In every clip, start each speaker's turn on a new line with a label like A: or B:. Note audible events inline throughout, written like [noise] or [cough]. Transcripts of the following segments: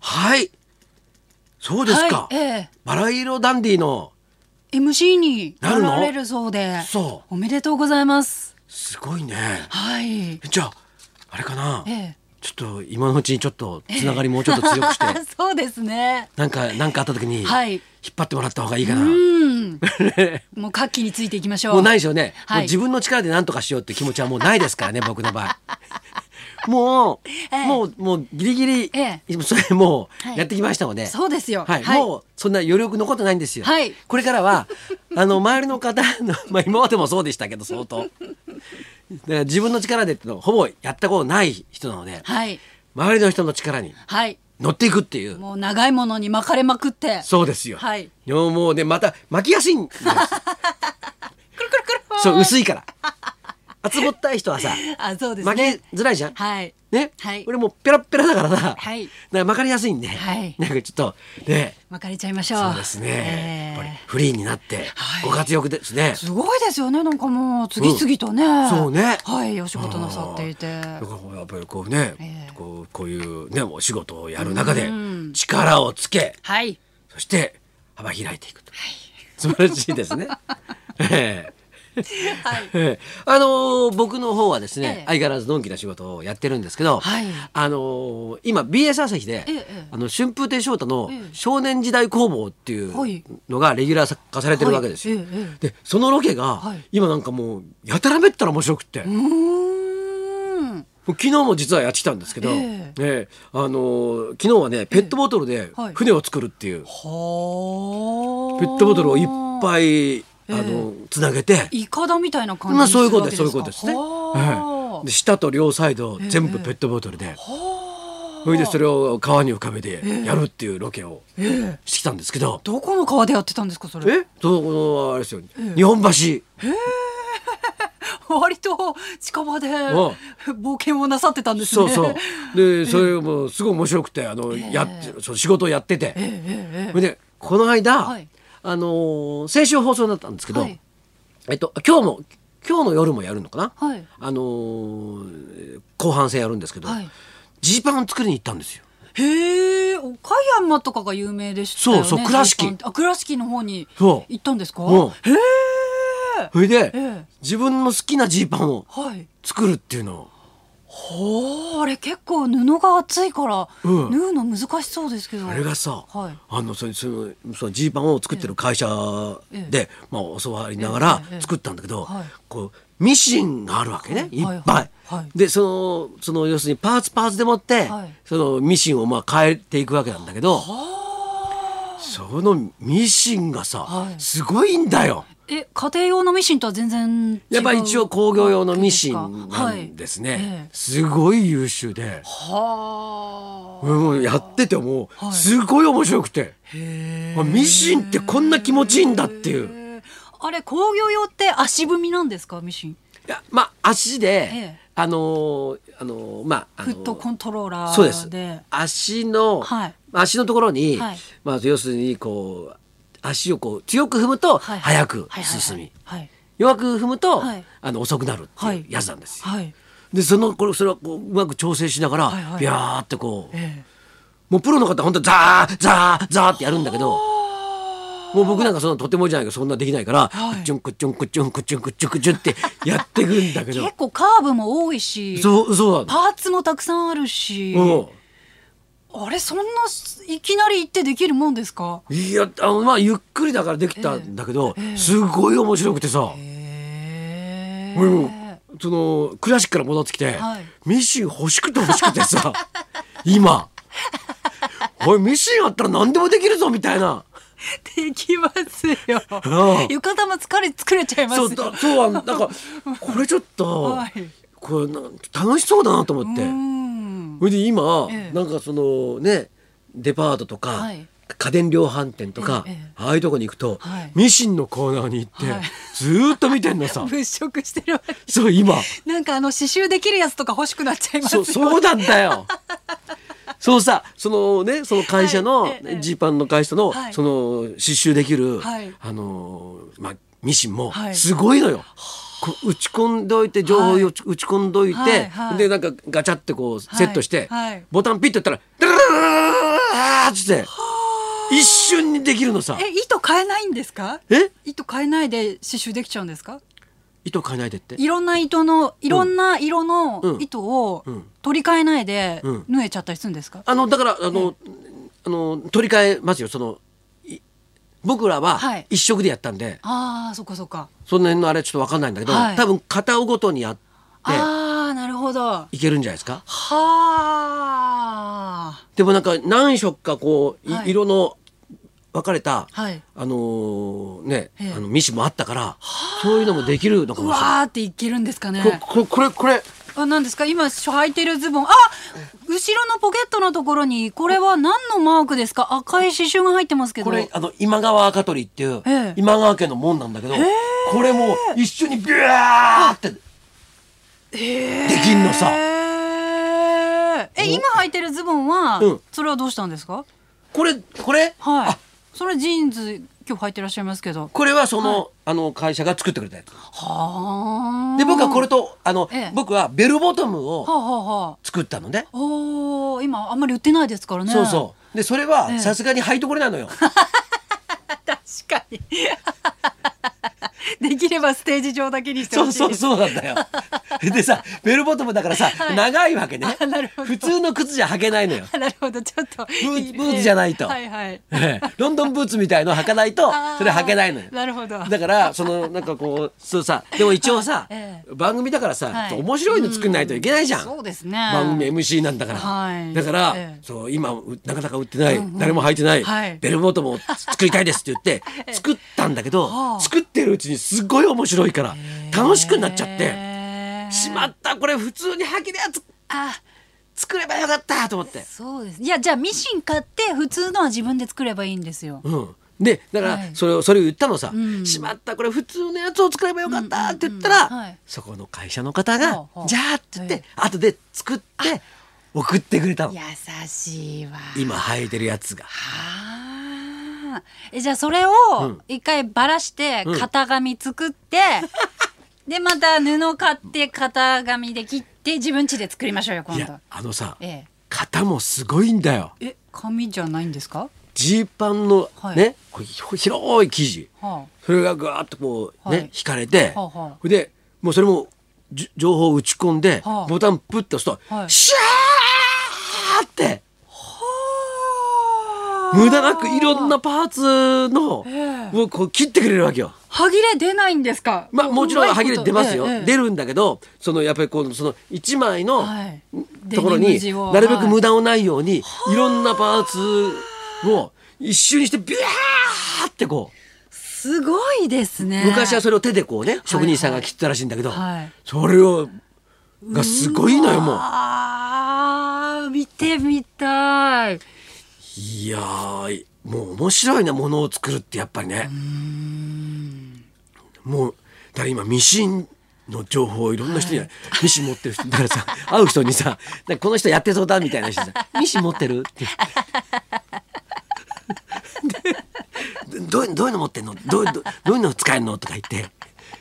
A: はいそうですか、
B: はい、え
A: バラ色ダンディの
B: え MC に
A: なる
B: な
A: の
B: られるそうで
A: そう
B: おめでとうございます
A: すごいね
B: はい
A: じゃああれかな
B: え
A: ちょっと今のうちにちょっとつながりもうちょっと強くして、
B: え [laughs] そうですね
A: [laughs] なんかなんかあった時に引っ
B: はい
A: 張ってもらった方がいいかな、 [laughs]
B: うんもう活気についていきましょう
A: もうないですよね、
B: はい
A: もう自分の力で何とかしようって気持ちはもうないです
B: [laughs]
A: からね僕の場合もう、
B: ええ
A: もうもうギリギリ、
B: え
A: それも
B: は
A: う
B: い
A: やってきましたので、
B: そうですよ
A: はいもうそんな余力残ってないんですよ、
B: はい
A: これからはあの周りの方の [laughs] まあ今までもそうでしたけど相当だから自分の力でってのをほぼやったことない人なので
B: はい
A: 周りの人の力に
B: はい
A: 乗っていくっていう
B: もう長いものに巻かれまくって
A: そうですよ、
B: はい
A: 尿もうねまた巻きやすいんです
B: くるくるくる
A: そう薄いから厚ぼったい人はさ
B: [laughs] あそうです
A: 巻き
B: ね
A: づらいじゃん、
B: はい
A: ね、
B: はい
A: 俺もうペラッペラだからさ、
B: はい
A: なんか分かりやすいんで、
B: はい
A: なんかちょっとね
B: 巻かれちゃいましょう
A: そうですね、や
B: ええ
A: っぱりフリーになって
B: はい
A: ご活躍ですね、
B: すごいですよねなんかもう次々とね、
A: そうね
B: はいお仕事なさっていて
A: だからやっぱりこうね、
B: ええ
A: こうこういうねお仕事をやる中で
B: うん
A: 力をつけ
B: はい
A: そして幅開いていくと、素晴らしい
B: [laughs]
A: ですね。ええ
B: はい
A: ええあのー僕の方はですね、
B: ええ
A: 相変わらずのんきな仕事をやってるんですけど、
B: はい
A: あのー今 BS 朝日で、
B: ええ
A: あの春風亭昇太の
B: ええ
A: 少年時代工房っていう
B: はい
A: のがレギュラー化されてるわけですよ。
B: はいえええ
A: でそのロケが、
B: はい
A: 今なんかもうやたらめったら面白くって、
B: う
A: も
B: ーん
A: う昨日も実はやってきたんですけど、
B: え
A: ええあのー昨日はねペットボトルで
B: はい
A: 船を作るっていう、
B: は
A: ペットボトルをいっぱいあのつなげて。
B: いイカダみたいな感じ
A: まあ
B: にす
A: そういう
B: る
A: こと
B: わけ
A: で
B: ですす
A: そうい
B: か
A: うことですね。
B: は
A: は
B: あ
A: い、で下と両サイド全部ペットボトルで、
B: はあ
A: それでそれを川に浮かべてやるっていうロケをしてきたんですけど、
B: どこの川でやってたんですかそれ
A: え、どこのあれですよ、日本橋。
B: 割と近場で
A: ん
B: 冒険をなさってたんです
A: そ
B: ね
A: うそう。で、それもすごい面白くて、あの、
B: え
A: やって、そう仕事をやってて。
B: えええ
A: それで、この間、
B: はい
A: あのー先週放送だったんですけど、
B: はい
A: えっと、今日も、今日の夜もやるのかな。
B: はい
A: あのー後半戦やるんですけど
B: はい、
A: ジー、パン作りに行ったんですよ。
B: えへえ岡山とかが有名でしたよね
A: そうそう倉敷
B: ジーパンってあ倉敷の方に
A: そう
B: 行ったんですか
A: うん
B: へえ
A: それで、
B: ええ
A: 自分の好きなジーパンを
B: はい
A: 作るっていうのを
B: ほうあれ結構布が厚いから
A: うん
B: 縫うの難しそうですけど
A: あれがさ、
B: はい
A: あのそそのそのジーパンを作ってる会社
B: ええ
A: で、まあ、教わりながら
B: ええええ
A: 作ったんだけど、
B: はい
A: こうミシンがあるわけね、いっぱい。
B: はいはい
A: でそのその要するにパーツパーツでもって、
B: はい
A: そのミシンをまあ変えていくわけなんだけどそのミシンがさ、
B: はい
A: すごいんだよ。
B: え家庭用のミシンとは全然違う
A: やっぱり一応工業用のミシンな
B: はい
A: んですね。
B: ええ
A: すごい優秀で、
B: はあ
A: うん、やってても
B: は
A: う
B: い
A: すごい面白くて。
B: へえ
A: あミシンってこんな気持ちいいんだっていう。
B: へえあれ工業用って足踏みなんですかミシン
A: いやまあ足で、
B: ええ
A: あのーあのーまああ
B: フ
A: のー
B: ットコントローラーで
A: そうです足の、
B: はい
A: 足のところに、
B: はい
A: まあ要するにこう足をこう強く踏むと
B: はい
A: 早く
B: はいはいはい
A: 進み、
B: はい
A: 弱く踏むと、
B: はい
A: あの遅くなるって
B: はいいう
A: やつなんですよ。
B: はい
A: でそのこれそれをこううまく調整しながら、
B: はいはい
A: ビャーってこう、
B: ええ
A: もうプロの方本当ザーザーザーってやるんだけど。もう僕なんかそんなとてもじゃないけどそんなできないから、
B: はい
A: くっちゅんくっちゅんくっちゅんくっちゅんくっちゅんくっちゅんってやっていくんだけど
B: 結構カーブも多いし
A: そうそうだ
B: パーツもたくさんあるし
A: うん
B: あれそんないきなり行ってできるもんですか
A: いやあのまあゆっくりだからできたんだけど、すごい面白くてさ、
B: へえ
A: 俺もそのクラシックから戻ってきて、
B: はい
A: ミシン欲しくて欲しくてさ今おいミシンあったら何でもできるぞみたいな。
B: できますよ
A: うん
B: 浴衣も疲れ作れちゃいます
A: そ
B: よ
A: うだそうなん
B: [laughs]
A: なんかこれちょっと、
B: はい
A: これなんか楽しそうだなと思って
B: う。ん
A: それで今、
B: ええ
A: なんかそのねデパートとか、
B: はい
A: 家電量販店とか、
B: ええええ
A: ああいうとこに行くと、
B: はい
A: ミシンのコーナーに行って、
B: はい
A: ずーっと見てんの
B: [laughs]
A: さ
B: 物色してるわけ
A: そう今
B: なんかあの刺繍できるやつとか欲しくなっちゃいます
A: そ
B: よ
A: うそうなんだよそうさそのねその会社の
B: はいええええ
A: ジーパンの会社の、
B: はい
A: その刺繍できる、
B: はい
A: あのーまあミシンも
B: はい
A: すごいのよ。こう打ち込んでおいて情報を
B: はい
A: 打ち打ち込んでおいて、
B: はいはい
A: でなんかガチャってこうセットして、
B: はいはい
A: ボタンピッとやったら「ダラララララララ形で一瞬にできるのさ
B: え糸変えないんですか
A: え
B: 糸変えないで刺繍できちゃうんですか
A: 糸変えないでって
B: いろんな糸のいろんな色の糸を
A: うん
B: 取り替えないで
A: うん
B: 縫えちゃったりするんですか、
A: あのだからあの、あの取り替えますよそのい僕らは
B: はい
A: 一色でやったんで、
B: ああそっかそっか
A: その辺のあれちょっとわかんないんだけど、
B: はい
A: 多分型をごとにやって
B: ああなるほどはい
A: けるんじゃないですか
B: あ
A: でもなんか何色かこう、い
B: はい
A: 色の分かれた、
B: はい
A: あのーね、
B: ええ
A: あのミシンもあったからそういうのもできるのか
B: う
A: もしれな
B: わーっていけるんですかね
A: い。こここれこれ
B: あ何ですか今履いてるズボンあ後ろのポケットのところにこれは何のマークですか赤い刺繍が入ってますけど
A: これあの今川赤鳥っていう、
B: ええ
A: 今川家の門なんだけど、これも一緒にビューって
B: え
A: できんのさ
B: ええ今履いてるズボンは、
A: うん
B: それはどうしたんですか
A: これこれ、
B: はい
A: あ
B: それジーンズ今日履いてらっしゃいますけど
A: これはその、あの会社が作ってくれたやつ。
B: はあ
A: で僕はこれ
B: と
A: とあの、
B: ええ
A: 僕はベルボトム
B: はあ
A: を
B: はあはあ
A: 作ったのね。
B: おー今あんまり売ってないですからね
A: そうそう。でそれは
B: ええ
A: さすがに履いてこれないの
B: [laughs]
A: よ。
B: 確かに [laughs] できればステージ上だけにして
A: そ
B: ほ
A: う
B: しい
A: そう
B: です
A: そうなんだよ。 [laughs] でさベルボトムだからさ、長いわけね
B: あなる。ほど
A: 普通の靴じゃ履けないのよ。 [laughs]
B: [laughs] なるほどちょっとブ
A: ーブーツじゃないと
B: はいはい
A: ええロンドンブーツみたいの履かないと
B: あー
A: それ履けないのよ。
B: なるほど
A: だからそのなんかこうそうさでも一応さ、
B: え
A: 番組だからさ、
B: はい
A: 面白いの作んないといけないじゃん。
B: そうですね
A: 番組 MC なんだから、
B: はい
A: だから、
B: ええ
A: そう今うなかなか売ってない、
B: うんうん
A: 誰も履いてない、
B: はい
A: ベルボトムを作りたいですって
B: [laughs]
A: 言って作ったんだけど、
B: はあ
A: 作ってるうちにすごい面白いから楽しくなっちゃって、
B: て
A: しまったこれ普通に履けるやつ
B: あ
A: 作ればよかったと思って。
B: そうですいやじゃあミシン買って普通のは自分で作ればいいんですよ
A: うん、でだか
B: は
A: ら
B: い
A: それをそれを言ったのさ、
B: うん
A: しまったこれ普通のやつを作ればよかったって言った
B: うんうんうんは
A: ら
B: い
A: そこの会社の方が
B: ほう
A: 「
B: ほう
A: じゃあ」って言っ
B: え
A: て後で作って送ってくれたの
B: 優しいわ
A: 今履いてるやつが。
B: はあえじゃあそれを
A: うん
B: 一回ばらして
A: うん
B: 型紙
A: [laughs]
B: 作って、でまた布買って型紙で切って自分家で作りましょうよ今
A: い
B: 度
A: やあのさ
B: え
A: 型もすごいんだよ
B: ええ紙じゃないんですか
A: ジーパンの
B: はい
A: ね、こうひ広い生地
B: は
A: それがぐわーっとこうね、
B: はい
A: 引かれて、
B: はあは
A: でもうそれもじゅ情報を打ち込んで、
B: はあ
A: ボタンプッと押すと「
B: はい
A: シャー!」って無駄なくいろんなパーツの
B: ええ
A: をこう切ってくれるわけよ。
B: 歯切れ出ないんですか
A: まあもちろん歯切れ出ますよ、
B: うまいことえ
A: 出
B: え
A: るんだけどそのやっぱりこのその1枚の
B: はい
A: ところ
B: デニ
A: に
B: ム地を
A: なるべく
B: はい
A: 無駄をないようにいろんなパーツを一周にしてビューってこ
B: すごいですね
A: う昔はそれを手でこうね職人さんが切ったらしいんだけど
B: はい
A: それをがすごいのよもう。
B: あー見てみたい
A: いやーもう面白いなものを作るってやっぱりねもうだから今ミシンの情報をいろんな人に、ミシン持ってる人だからさ会う人にさ「なんかこの人やってそうだ」みたいな
B: [laughs]
A: 人にさ「ミシン持ってる?」ってでどういうどういうの持ってんのどういうどどういうの使えるのとか言って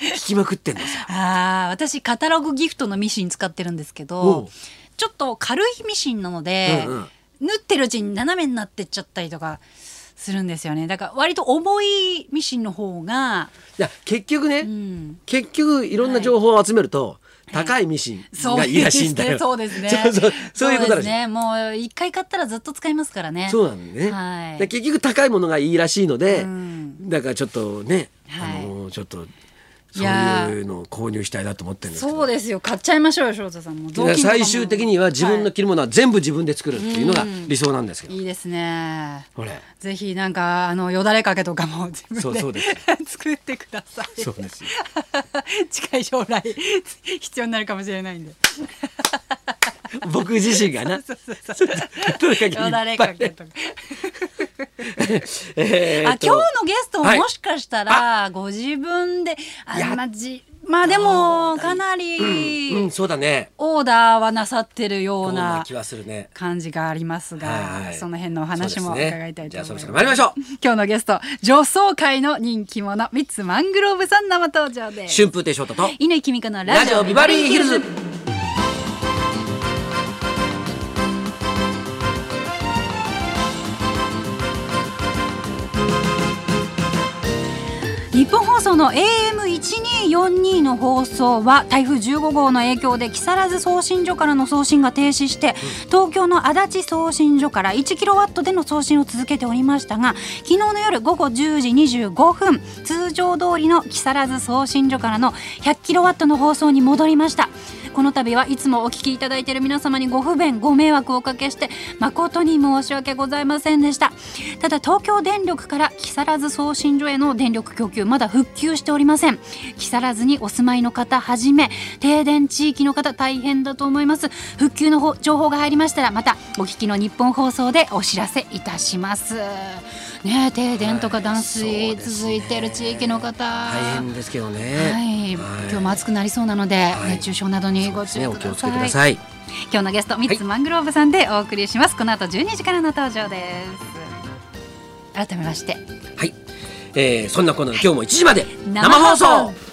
A: 聞きまくってんのさ。
B: あー私カタログギフトのミシン使ってるんです
A: お
B: け
A: う
B: どちょっと軽いミシンなので、
A: うんうん
B: 縫ってるうちに斜めになってっちゃったりとかするんですよねだから割と重いミシンの方が、
A: いや結局ね、
B: うん、
A: 結局いろんな情報を集めると、高いミシンがいいらしいんだよ。
B: [laughs] そうです
A: [laughs]
B: ね
A: そうそうそういうこと
B: で
A: ら
B: す
A: しい。
B: ねもう一回買ったらずっと使いますからね
A: そうなんだね、
B: はい
A: で結局高いものがいいらしいので、
B: うん
A: だからちょっとね、
B: はい
A: あのちょっと
B: い
A: そう
B: やー
A: いうのを購入したいなと思ってるんですけ
B: そ
A: ど
B: うですよ買っちゃいましょうよ翔太さんも
A: だから最終的には自分の
B: い
A: 着るものは全部自分で作るっていうのが
B: うん
A: 理想なんですけど、
B: い、いいですね
A: これ
B: ぜひなんかあのよだれかけとかも自分で
A: そうそうです
B: [laughs] 作ってください
A: そうですよ
B: 近い将来 [laughs] 必要になるかもしれないんで
A: 僕自身がな
B: そうそうそう
A: とにかくい
B: よ
A: っ
B: だ
A: ぱ
B: れ
A: い
B: かけとか、
A: えー
B: あ
A: っと
B: 今日のゲストも
A: はい
B: もしかしたらご自分であ
A: いや
B: まあじまあでもかな
A: う
B: り
A: んそうだね
B: オーダーはなさってるよ
A: そう
B: う
A: な
B: な
A: 気はするね
B: 感じがありますが、
A: はいはい
B: その辺のお話も伺いたいと思います
A: そうですねじゃあそろそろ参りましょう
B: 今日のゲスト女装界の人気者ミッツマングローブさん生登場です
A: 春風亭昇太と
B: 乾きみかの
A: ラジオビバリーヒルズ
C: 「
B: 日本放送の AM1242 の放送は台風15号の影響で木更津送信所からの送信が停止して東京の足立送信所から1キロワットでの送信を続けておりましたが昨日の夜午後10時25分通常通りの木更津送信所からの100キロワットの放送に戻りましたこの度はいつもお聞きいただいている皆様にご不便ご迷惑をおかけして誠に申し訳ございませんでしたただ東京電力から木更津送信所への電力供給まだ復旧しておりません木更津にお住まいの方はじめ停電地域の方大変だと思います復旧のほ情報が入りましたらまたお聞きの日本放送でお知らせいたしますねえ停電とか断
A: は
B: 水
A: いそうです
B: 続
A: ね
B: いている地域の方、
A: 大変ですけどね。
B: はい、今日も暑くなりそうなので、
A: い
B: 熱中症などにご注意
A: ね、お
B: く
A: 気
B: だ
A: をつけ
B: さ
A: くだ
B: い。
A: さい。
B: 今日のゲスト、ミッツマングローブさんでお送りします。この後12時からの登場です。改めまして、
A: はい、えー、そんなこんなで今日も1時まで
B: 生
A: 生放
B: 放送
A: 送